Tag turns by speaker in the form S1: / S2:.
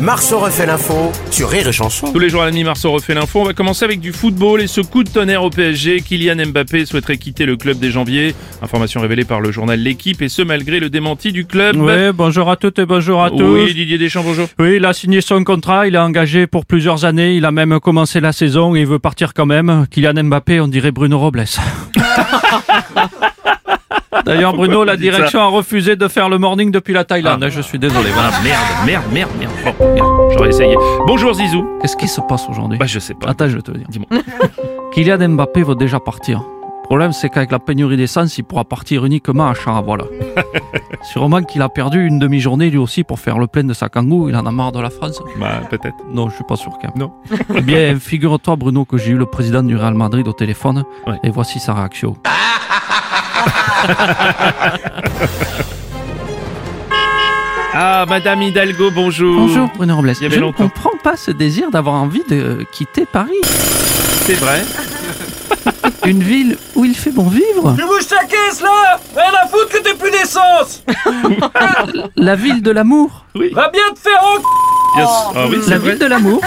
S1: Marceau refait l'info sur Rire et Chanson.
S2: Tous les jours à la mi-mars, on refait l'info. On va commencer avec du football et ce coup de tonnerre au PSG. Kylian Mbappé souhaiterait quitter le club dès janvier. Information révélée par le journal L'équipe et ce malgré le démenti du club.
S3: Oui, bonjour à toutes et bonjour à
S2: Ben- Oui,
S3: tous.
S2: Didier Deschamps, bonjour.
S3: Oui, il a signé son contrat, il est engagé pour plusieurs années, il a même commencé la saison et il veut partir quand même. Kylian Mbappé, on dirait Bruno Robles. D'ailleurs, Bruno,
S2: vous
S3: la
S2: dites ça
S3: direction a refusé de faire le morning depuis la Thaïlande. je suis désolé. voilà.
S2: Ah merde, merde, merde, merde. Bon, merde, j'aurais essayé. Bonjour Zizou.
S3: Qu'est-ce qui se passe aujourd'hui
S2: Bah je sais pas.
S3: Attends, je vais te le dire.
S2: Dis-moi.
S3: Kylian Mbappé veut déjà partir. Le problème, c'est qu'avec la pénurie d'essence, il pourra partir uniquement à Charavola. Sûrement qu'il a perdu une demi-journée lui aussi pour faire le plein de sa kangou. Il en a marre de la France.
S2: Bah peut-être.
S3: Non, je suis pas sûr quand même.
S2: Non.
S3: Eh bien, figure-toi, Bruno, que j'ai eu le président du Real Madrid au téléphone.
S2: Ouais.
S3: Et voici sa réaction.
S2: Ah Madame Hidalgo, bonjour.
S3: Bonjour, Bruno Robles.
S2: Il y avait
S3: Je ne
S2: longtemps.
S3: comprends pas ce désir d'avoir envie de quitter Paris.
S2: C'est vrai.
S3: Une ville où il fait bon vivre.
S4: Tu bouges ta caisse là Rien à foutre que t'aies plus d'essence
S3: La ville de l'amour.
S2: Oui.
S4: Va bien te faire en
S2: Oh. Bien sûr. Ah oui, c'est
S3: La
S2: vrai.
S3: ville de l'amour.